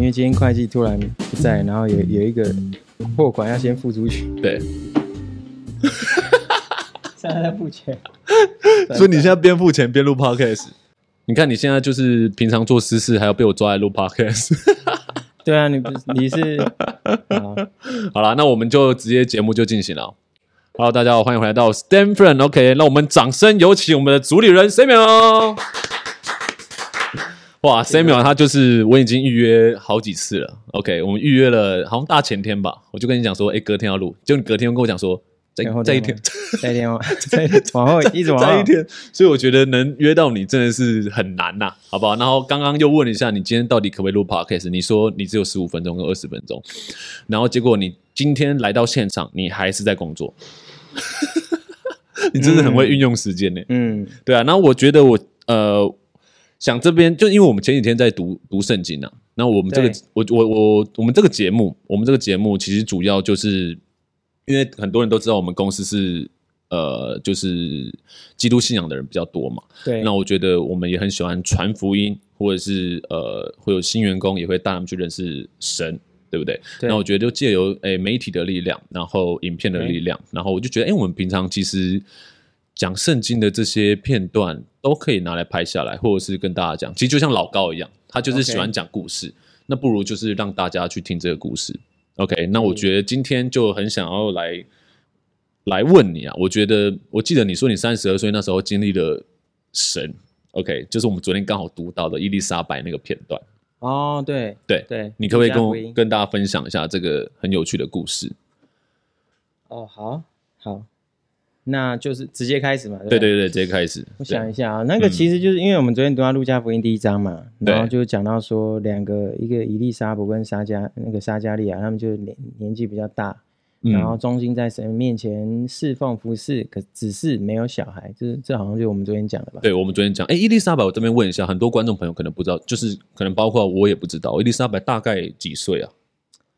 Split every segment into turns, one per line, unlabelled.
为今天会计突然不在，然后有有一个货款要先付出去，
对，
现在在付钱。
所以你现在边付钱边录 podcast，
你看你现在就是平常做私事，还要被我抓来录 podcast。
对啊，你不你是好
好啦，那我们就直接节目就进行了。Hello，大家好，欢迎回来到 Stanford。OK，那我们掌声有请我们的主理人 Samuel。哇，Samuel 他就是我已经预约好几次了。OK，我们预约了好像大前天吧，我就跟你讲说，哎，隔天要录，结果你隔天又跟我讲说，再
然后
再
再
一天，
再一天往再往后 一直往
再
后
一，天，所以我觉得能约到你真的是很难呐、好不好？然后刚刚又问了一下你今天到底可不可以录 podcast，你说你只有十五分钟跟二十分钟，然后结果你今天来到现场，你还是在工作， 你真的很会运用时间呢、
嗯，
对啊，那我觉得我呃，想这边就因为我们前几天在读读圣经啊，那我们这个
对
我我我我们这个节目，我们这个节目其实主要就是因为很多人都知道我们公司是呃就是基督信仰的人比较多嘛，
对，
那我觉得我们也很喜欢传福音，或者是呃会有新员工也会带他们去认识神。对不对？
对
那我觉得就借由诶媒体的力量，然后影片的力量，然后我就觉得，诶，我们平常其实讲圣经的这些片段都可以拿来拍下来，或者是跟大家讲。其实就像老高一样，他就是喜欢
OK
讲故事那不如就是让大家去听这个故事。OK，那
嗯
我觉得今天就很想要来来问你啊，我觉得我记得你说你三十二岁那时候经历了神，OK，就是我们昨天刚好读到的伊丽莎白那个片段，
哦对
对
对，
你可不可以跟我
路加福音
跟大家分享一下这个很有趣的故事？
哦好好，那就是直接开始嘛，
对
对
对对，直接开始。
我
对嗯
想一下啊，那个其实就是因为我们昨天读到《路加福音》第一章嘛，
对
然后就讲到说两个，一个伊丽莎伯跟撒加那个撒加利亚，他们就年年纪比较大，
嗯
然后忠心在神面前侍奉服侍，可只是没有小孩，这这好像就是我们昨天讲的吧？
对，我们昨天讲，哎，伊丽莎白，我这边问一下，很多观众朋友可能不知道，就是可能包括我也不知道，伊丽莎白大概几岁啊？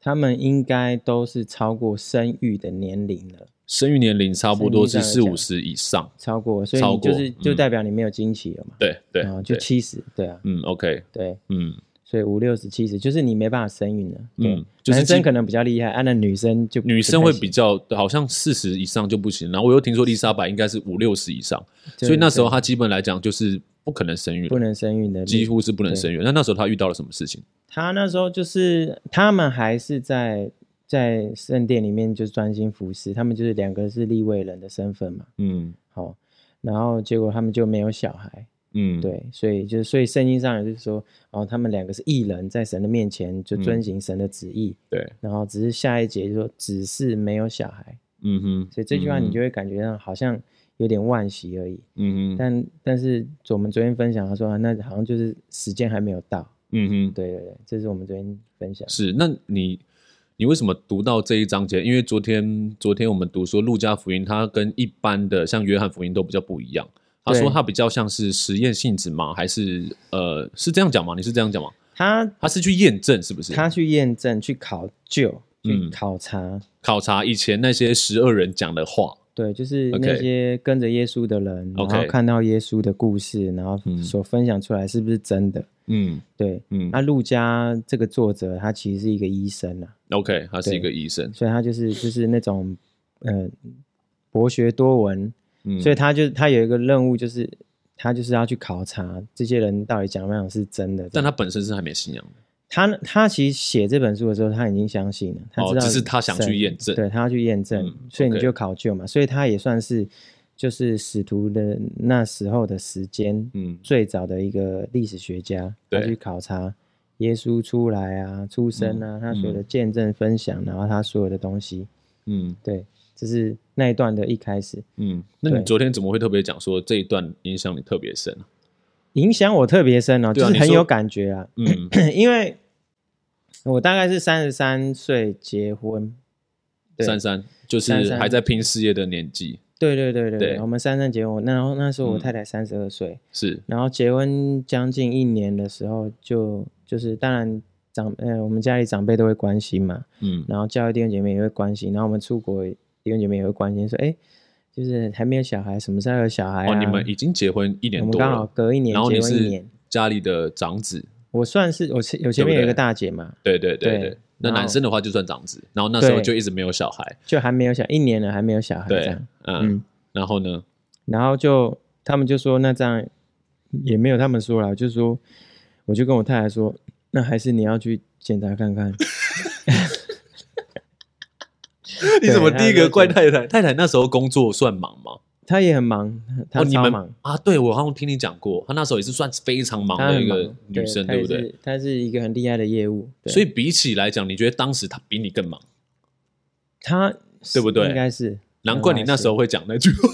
他们应该都是超过生育的年龄了，
生育年龄差不多是四
生育
五
大概
十以上，
超过，所以
超
你
过
就是就
嗯
代表你没有经期了嘛？
对对
啊，，就
对
七十，对啊，
嗯，OK，
对，
嗯
所以五六十七十就是你没办法生育了。对
嗯，就是
男生
基
可能比较厉害，按、啊那女生就不
女生
太
会
行
比较，好像四十以上就不行。然后我又听说丽莎白应该是五六十以上，
对
所以那时候
对
她基本来讲就是不可能生育了，
不能生育的，
几。乎是不能生育。那那时候她遇到了什么事情？
他那时候就是他们还是在在圣殿里面就专心服侍，他们就是两个是立位人的身份嘛，
嗯
好、然后结果他们就没有小孩，
嗯，
对，所以就是所以圣经上也就是说，哦，他们两个是艺人，在神的面前就遵行神的旨意，
对，
然后只是下一节就说只是没有小孩，
嗯哼，
所以这句话
嗯哼
你就会感觉到好像有点惋惜而已，
嗯哼，
但但是我们昨天分享他说、啊那好像就是时间还没有到，
嗯哼，
对对对，这是我们昨天分享。
是，那你你为什么读到这一章节？因为昨天昨天我们读说路加福音，它跟一般的像约翰福音都比较不一样。他
对
说他比较像是实验性质吗？还是呃是这样讲吗？你是这样讲吗？
他
他是去验证是不是？
他去验证、去考究、去
嗯
考察，
考察以前那些十二人讲的话，
对，就是那
OK
些跟着耶稣的人然
OK
后看到耶稣的故事，然后
嗯
所分享出来是不是真的？
嗯
对，
嗯
那陆家这个作者他其实是一个医生啊，
，OK，他是
对
一个医生，
所以他就是就是那种呃博学多闻，
嗯，
所以他就他有一个任务就是。他就是要去考察这些人到底讲不讲是真的，
但他本身是还没信仰的，
他他其实写这本书的时候，他已经相信了，他
哦
知道、
只是他想去验证
对他要去验证，
嗯
所以你
OK
就考究嘛，所以他也算是就是使徒的那时候的时间、
嗯
最早的一个历史学家，他
对
去考察耶稣出来啊、出生啊，他所有的见证分享，然后他所有的东西，
嗯
对，这是那一段的一开始，
嗯。那你
对
昨天怎么会特别讲说这一段影响你特别深啊？
影响我特别深哦，
对
就
啊
是
你
很
说
有感觉啊，
嗯
因为我大概是三十三岁结婚。对
珊珊就是
珊珊
还在拼事业的年纪，
对对对对，
对
对我们珊珊结婚，那然后那时候我
嗯
太太三十二岁，
是
然后结婚将近一年的时候就，就是当然长呃我们家里长辈都会关心嘛，
嗯
然后教会弟兄姐妹也会关心，然后我们出国弟兄姐妹也会关心，说哎，就是还没有小孩，什么时候要有小孩啊？
哦，你们已经结婚一
我
年
们
多
刚好
了，
隔一年
然后
结
你
婚一
是
年，
家里的长子，
我我算是我前我前
对不
面有一
对
个大姐嘛，
对对对
对
对。那
然后
男生的话就算长子，然后那时候
对
就一直没有小孩，
就还没有小一年了还没有小孩这
对
样，，
嗯
嗯，
然后呢，
然后就他们就说那这样也没有他们说了，就说我就跟我太太说，那还是你要去检查看看。
你怎么
对
第一个怪
他就
太太？太太那时候工作算忙吗？
她也很忙，她
哦，你
超
们
忙，
啊？对，我好像听你讲过，她那时候也是算非常忙
她
的
很
一
忙
个女生，
她
对
也
不对？
是？她是一个很厉害的业务，对
所以比起来讲，你觉得当时她比你更忙，
她
对不对
应该是。
难怪你那时候会讲那句 话。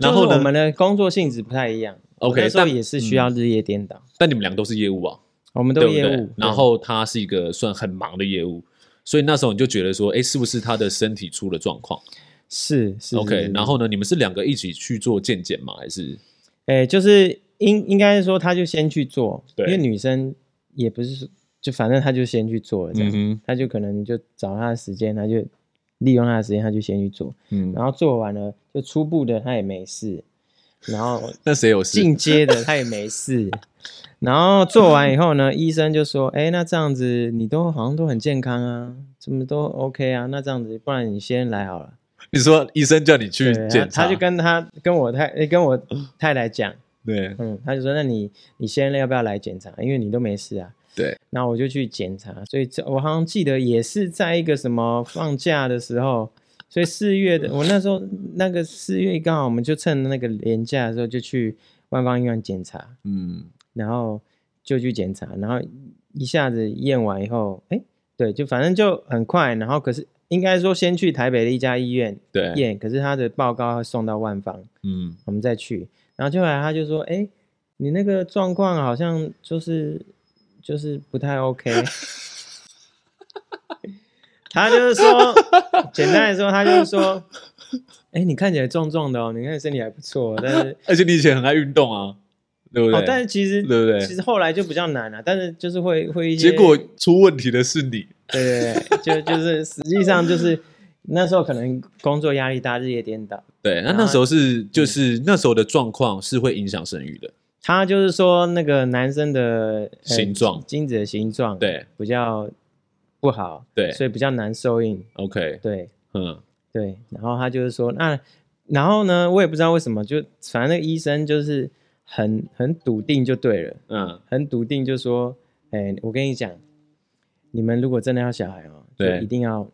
然后
就是我
呢
们？的工作性质不太一样
OK，
我那时候
但
也是需要日夜颠倒，
但你们俩都是业务啊，
我们都
对不
业务，
对
对？
然后她是一个算很忙的业务，所以那时候你就觉得说，哎，是不是她的身体出了状况
是是是
？OK，
是
然后呢？你们是两个一起去做健检吗？还是
诶、就是应应该说，他就先去做，
对
因为女生也不是说就反正他就先去做了这样，
嗯哼，
他就可能就找他的时间，他就利用他的时间，他就先去做，
嗯，
然后做完了就初步的他也没事，然后
那谁有事？
进阶的他也没事。 然后做完以后呢，医生就说：“哎，那这样子你都好像都很健康啊，怎么都 OK 啊？那这样子，不然你先来好了。”
你说医生叫你去
对他
检查，
他就跟他跟我太诶跟我太太讲，
对
嗯，他就说那你你现在要不要来检查？因为你都没事啊。
对，
然后我就去检查，所以这我好像记得也是在一个什么放假的时候，所以四月 的我那时候那个四月刚好我们就趁那个年假的时候就去万方医院检查，
嗯，
然后就去检查，然后一下子验完以后，哎，对，就反正就很快，然后可是应该说先去台北的一家医院
对，
验，可是他的报告要送到万方，
嗯，
我们再去。然后就后来他就说：“哎、你那个状况好像就是就是不太 OK。”他就是说，简单来说，他就是说，哎、你看起来壮壮的哦，你看身体还不错，但是
而且你以前很爱运动啊，对不对？
哦，但是其实
对不对
其实后来就比较难了、啊但是就是会会一些
结果出问题的是你，
对对对，就就是实际上就是那时候可能工作压力大，日夜颠倒。
对，
然
那
后嗯
那时候是就是那时候的状况是会影响生育的，
他就是说那个男生的、呃
形状
精子的形状，
对
比较不好，
对
所以比较难受孕，
，OK，
对
嗯，
对。然后他就是说，那然后呢，我也不知道为什么，就反正那个医生就是很很笃定就对了，
嗯，
很笃定就说，哎、我跟你讲，你们如果真的要小孩哦，
对
就一定要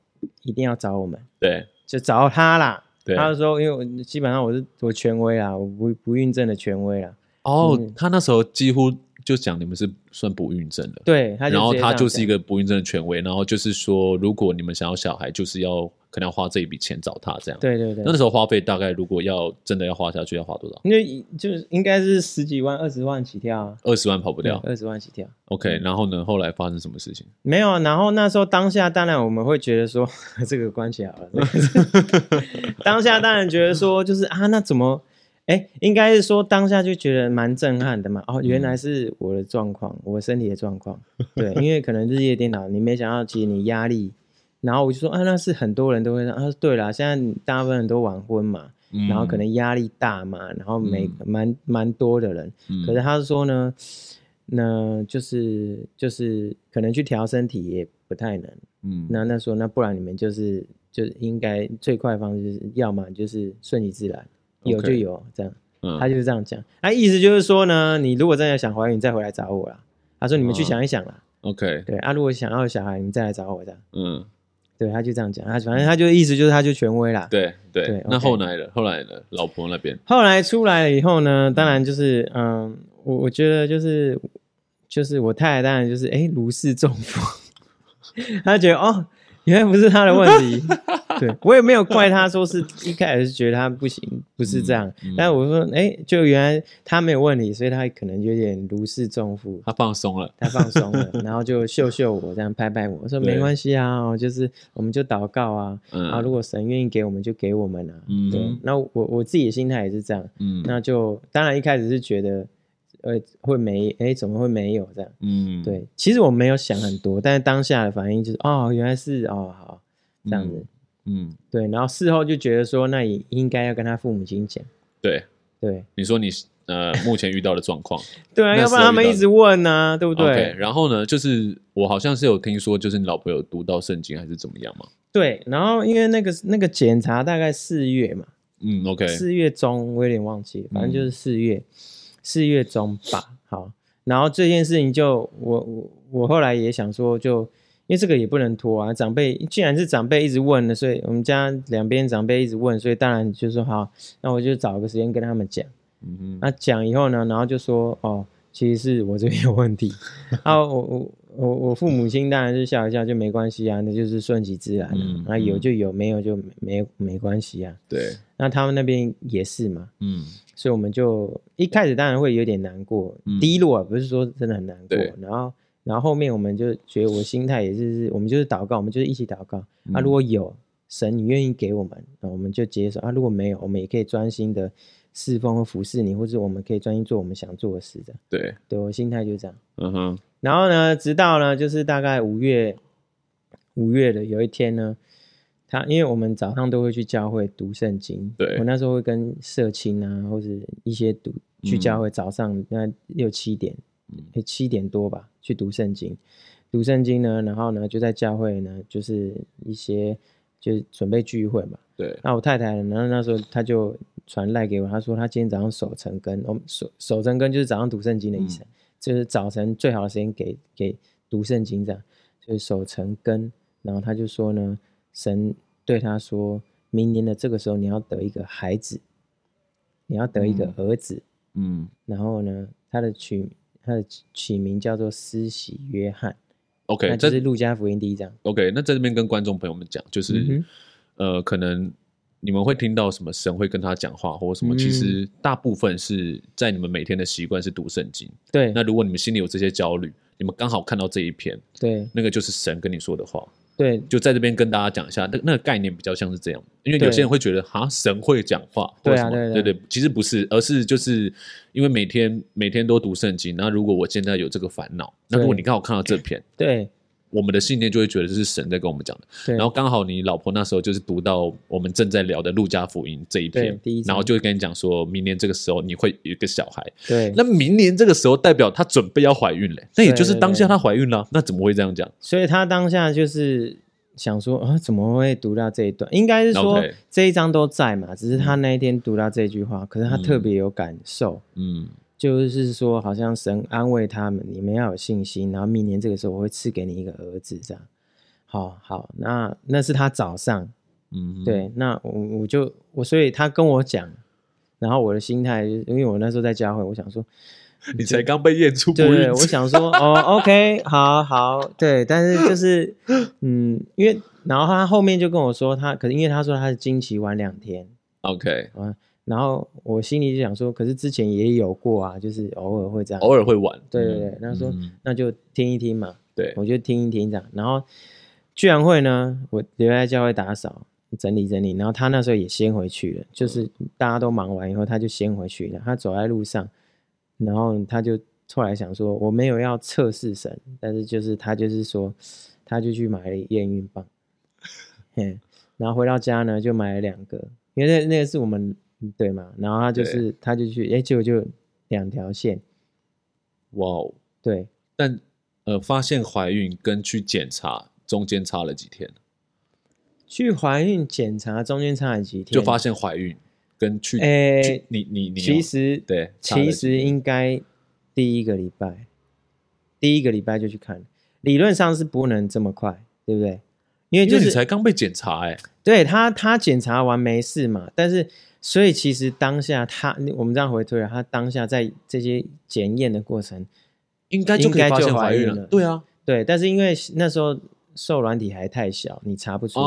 一定要找我们，
对
就找他啦。
对。
他就说，因为我基本上我是我权威啦，我不不孕症的权威啦，
哦，
嗯
他那时候几乎就讲你们是算不孕症的，
对，他就
然后
直接这
他
样
就是一
讲
个不孕症的权威，然后就是说，如果你们想要小孩，就是要可能要花这一笔钱找他这样。，
对对对，
那时候花费大概如果要真的要花下去，要花多少？
因为就是应该是十几万、二十万起跳啊，
二十万跑不掉。
二十万起跳。
OK，然
嗯
后呢，后来发生什么事情？
没有啊，然后那时候当下当然我们会觉得说 这个关起来好了， 当下当然觉得说就是啊，那怎么？哎，应该是说当下就觉得蛮震撼的嘛。哦，原来是我的状况，我身体的状况。对，因为可能日夜颠倒，你没想到，其实你压力。然后我就说啊，那是很多人都会说啊，对啦，现在大部分人都晚婚嘛，
嗯
然后可能压力大嘛，然后每、蛮蛮多的人，
嗯
可是他是说呢，那就是就是可能去调身体也不太能。
嗯
那那说那不然你们就是就应该最快的方式就是，要么就是顺其自然，有
OK
就有这样。
嗯
他就是这样讲，他、意思就是说呢，你如果真的想怀孕，你再回来找我啦。他说你们去
哦
想一想啦，
OK，
对啊，如果想要有小孩，你们再来找我这样。
嗯，
对，他就这样讲，他反正他就意思就是他就权威啦。
对
对
对。那
OK
后来呢？后来呢？老婆那边，
后来出来了以后呢，当然就是，嗯，我我觉得就是就是我太太当然就是，哎，如释重负， 她觉得哦，原来不是她的问 题，对我也没有怪她，说是一开始是觉得她不行，不是这样，
嗯嗯
但我说，哎，就原来她没有问题，所以她可能有点如释重负。
他放松了。
她放松了， 然后就秀秀我，这样拍拍我，我说
对
没关系啊，哦就是我们就祷告啊，啊，如
嗯
果神愿意给我们就给我们啊。
嗯
对
哼，
那我我自己的心态也是这样，
嗯
那就当然一开始是觉得，呃，会没，哎，怎么会没有这样？
嗯，
对，其实我没有想很多，但是当下的反应就是，哦，原来是哦，好这样子。
嗯，
对，然后事后就觉得说，那也应该要跟他父母亲讲。
对
对
你说你呃目前遇到的状况，
对啊，
那
要不然
时候
他们
遇到
一直问啊，对不
OK，
对？
然后呢，就是我好像是有听说，就是你老婆有读到圣经还是怎么样嘛？
对，然后因为那个那个检查大概四月嘛，
嗯，OK，
四月中我有点忘记了，反正
嗯
就是四月四月中吧。好，然后这件事情就我我我后来也想说就。因为这个也不能拖啊，长辈既然是长辈一直问的，所以我们家两边长辈一直问，所以当然就说好，那我就找个时间跟他们讲。
嗯哼，
那讲以后呢，然后就说哦，其实是我这边有问题。 啊，我我我我父母亲当然是笑一笑就没关系啊，那就是顺其自然、啊。
嗯
那有就有，没有就没没关系啊。
对，
那他们那边也是嘛，
嗯，
所以我们就一开始当然会有点难过、
嗯
低落、啊，不是说真的很难过
对。
然后然后后面我们就觉得我心态也是，我们就是祷告，我们就是一起祷告。
嗯
啊，如果有神你愿意给我们，那我们就接受啊；如果没有，我们也可以专心的侍奉和服侍你，或者我们可以专心做我们想做的事的。
对，
对我心态就这样。
嗯哼，
然后呢，直到呢，就是大概五月五月的有一天呢，他因为我们早上都会去教会读圣经，
对
我那时候会跟社青啊，或者一些读去教会早上那六七点，
嗯
诶七点多吧去读圣经，读圣经呢，然后呢就在教会呢，就是一些就是准备聚会嘛，
对，
那我太太呢，然后那时候她就传赖给我，她说她今天早上手晨更，我们手手晨更就是早上读圣经的意
嗯
思，就是早晨最好的时间给给读圣经这样，就是手晨更。然后她就说呢，神对她说，明年的这个时候你要得一个孩子，你要得一个儿子，
嗯，
然后呢，他的取他的取名叫做施洗约翰，那
OK，
就是
这
路加福音第一章。
OK，那在这边跟观众朋友们讲，就是
嗯
呃，可能你们会听到什么神会跟他讲话或什么，
嗯
其实大部分是在你们每天的习惯是读圣经。
对
那如果你们心里有这些焦虑，你们刚好看到这一篇，
对
那个就是神跟你说的话。
对
就在这边跟大家讲一下，那那个概念比较像是这样，因为
对
有些人会觉得啊，神会讲话，或
对
什
啊
么
对啊
对
对啊
其实不是，而是就是因为每天每天都读圣经，那如果我现在有这个烦恼，那如果
对
你刚好看到这篇，
对
我们的信念就会觉得这是神在跟我们讲的，
对，
然后刚好你老婆那时候就是读到我们正在聊的路加福音这一篇
对第一，章
然后就会跟你讲说明年这个时候你会有一个小孩，
对。
那明年这个时候代表她准备要怀孕嘞，那也就是
对
当下
对
她怀孕了，那怎么会这样讲？
所以他当下就是想说啊，怎么会读到这一段？应该是说
OK
这一章都在嘛，只是他那一天读到这句话，可是他特别有感受，
嗯
就是说好像神安慰他们，你们要有信心，然后明年这个时候我会赐给你一个儿子，这样。好好，那那是他早上，
嗯，
对，那我我就我，所以他跟我讲，然后我的心态就是，因为我那时候在教会，我想说，
你才刚被验出不
对
孕
对，我想说， 哦，OK，好好，对，但是 就是，嗯，因为然后他后面就跟我说他，可是因为他说他是经期晚两天，
OK，
然后我心里就想说，可是之前也有过啊，就是偶尔会这样，
偶尔会玩。
对对对，他说、
嗯
那就听一听嘛，
对，
我就听一听这样，然后居然会呢，我留在教会打扫。整理整理，然后他那时候也先回去了，就是
嗯
大家都忙完以后，他就先回去了。他走在路上，然后他就后来想说，我没有要测试神，但是就是他就是说，他就去买了验孕棒，嘿，然后回到家呢就买了两个，因为那那个是我们嗯对嘛，然后他就是他就去，哎，结果就两条线，
哇哦！
对，
但呃，发现怀孕跟去检查中间差了几天，
去怀孕检查中间差了几天，
就发现怀孕跟去，
诶
去你你你
其
要
实
对差了
其
几
实
天
应该第一个礼拜，第一个礼拜就去看，理论上是不能这么快，对不对？因为
因
就
为你
是
才刚被检查哎，
对他，他检查完没事嘛，但是所以其实当下他，我们这样回推了，啊他当下在这些检验的过程，
应该就可
应
以
该
发
就
现怀
怀
孕
孕
了。
了
对啊，
对，但是因为那时候受卵体还太小，你查不出来，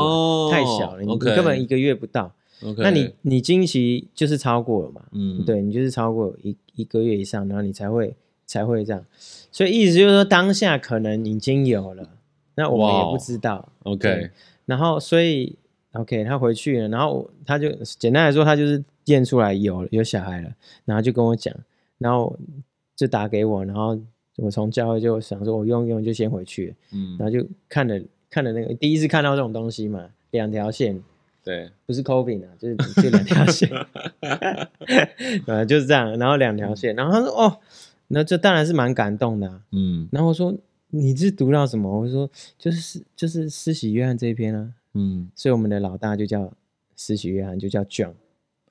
啊
哦
太小了，你你
OK
根本一个月不到，
OK，
那你你经期就是超过了嘛，
嗯
对你就是超过一一个月以上，然后你才会才会这样，所以意思就是说当下可能已经有了，那我们
哇
也
哦
不知道。
OK
对然后所以 OK，他回去了，然后我他就简单来说，他就是验出来有了有小孩了，然后就跟我讲，然后就打给我，然后我从教会就想说我用一用就先回去了，
嗯
然后就看了看了那个第一次看到这种东西嘛，两条线，
对，
不是 COVID 啊，就是就两条 线，对啊，就是这样，然后两条线，然后他说哦，那这当然是蛮感动的、啊。
嗯
然后我说你是读到什么？我说就是就是施洗约翰这一篇啊，
嗯，
所以我们的老大就叫施洗约翰，就叫 John，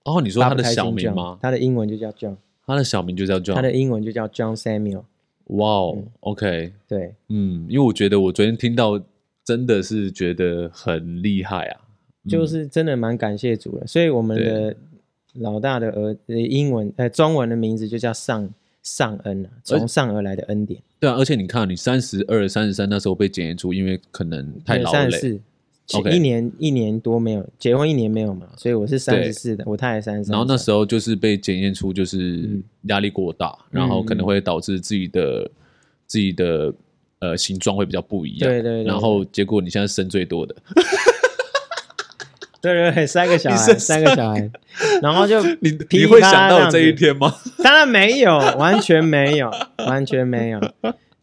哦，你说
打
他
不
的
开
小
心
名
John，
吗？
他的英文就叫 John，
他的小名就叫 John。
他的英文就叫 John Samuel。
哇哦
嗯
，OK，
对，
嗯，因为我觉得我昨天听到真的是觉得很厉害啊，嗯
就是真的蛮感谢主了。所以我们的老大的儿呃英文呃中文的名字就叫上上恩啊，从上而来的恩典。
对啊，而且你看，你三十二、三十三那时候被检验出，因为可能太劳
三十
累，
四。前
OK
一年一年多没有结婚，一年没有嘛，所以我是三
对
十四的，我太太三十三。
然后那时候就是被检验
嗯
出就是压力过大，然后可能会导致自己的自己的呃形状会比较不一样，
对对对
然后结果你现在生最多 的，
对对对，三个小
你
孩，
生
三个小 孩，然后就
你
噼
你
里
会
啪啦
想到
样
这一
子
天吗？
当然没有，完全没有， 完全没有。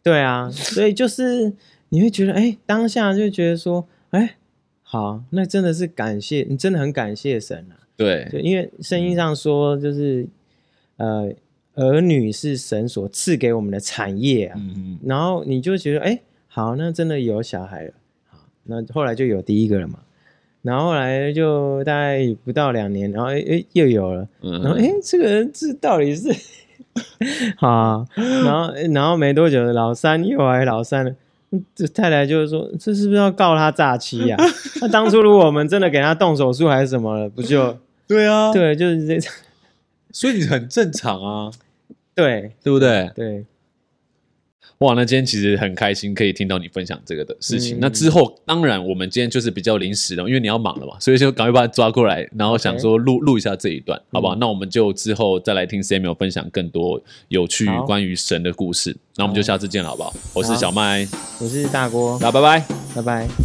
对啊，所以就是你会觉得，哎、当下就觉得说，哎、好，那真的是感谢，你真的很感谢神啊。
对，
对，因为圣经上说，就是、呃，儿女是神所赐给我们的产业啊。
嗯
然后你就觉得，哎、好，那真的有小孩了。好，那后来就有第一个了嘛。然后后来就大概不到两年，然后哎、诶又有了。
嗯，
然后，哎、这个人这到底是 啊？然后，诶然后没多久，老三又来老三了。嗯这太太就是说，这是不是要告他诈欺呀、那当初如果我们真的给他动手术还是什么了，不就
对啊，
对？就是这，
所以你很正常啊，
对
对不对？
对，
哇，那今天其实很开心，可以听到你分享这个的事情。
嗯
那之后，当然我们今天就是比较临时的，因为你要忙了嘛，所以就赶快把它抓过来，然后想说录录一下这一段，好不
嗯
好？那我们就之后再来听 Samuel 分享更多有趣
好
关于神的故事。那我们就下次见了，好不好？我是
好
小麦，
我是大郭，
大家拜拜。
拜拜。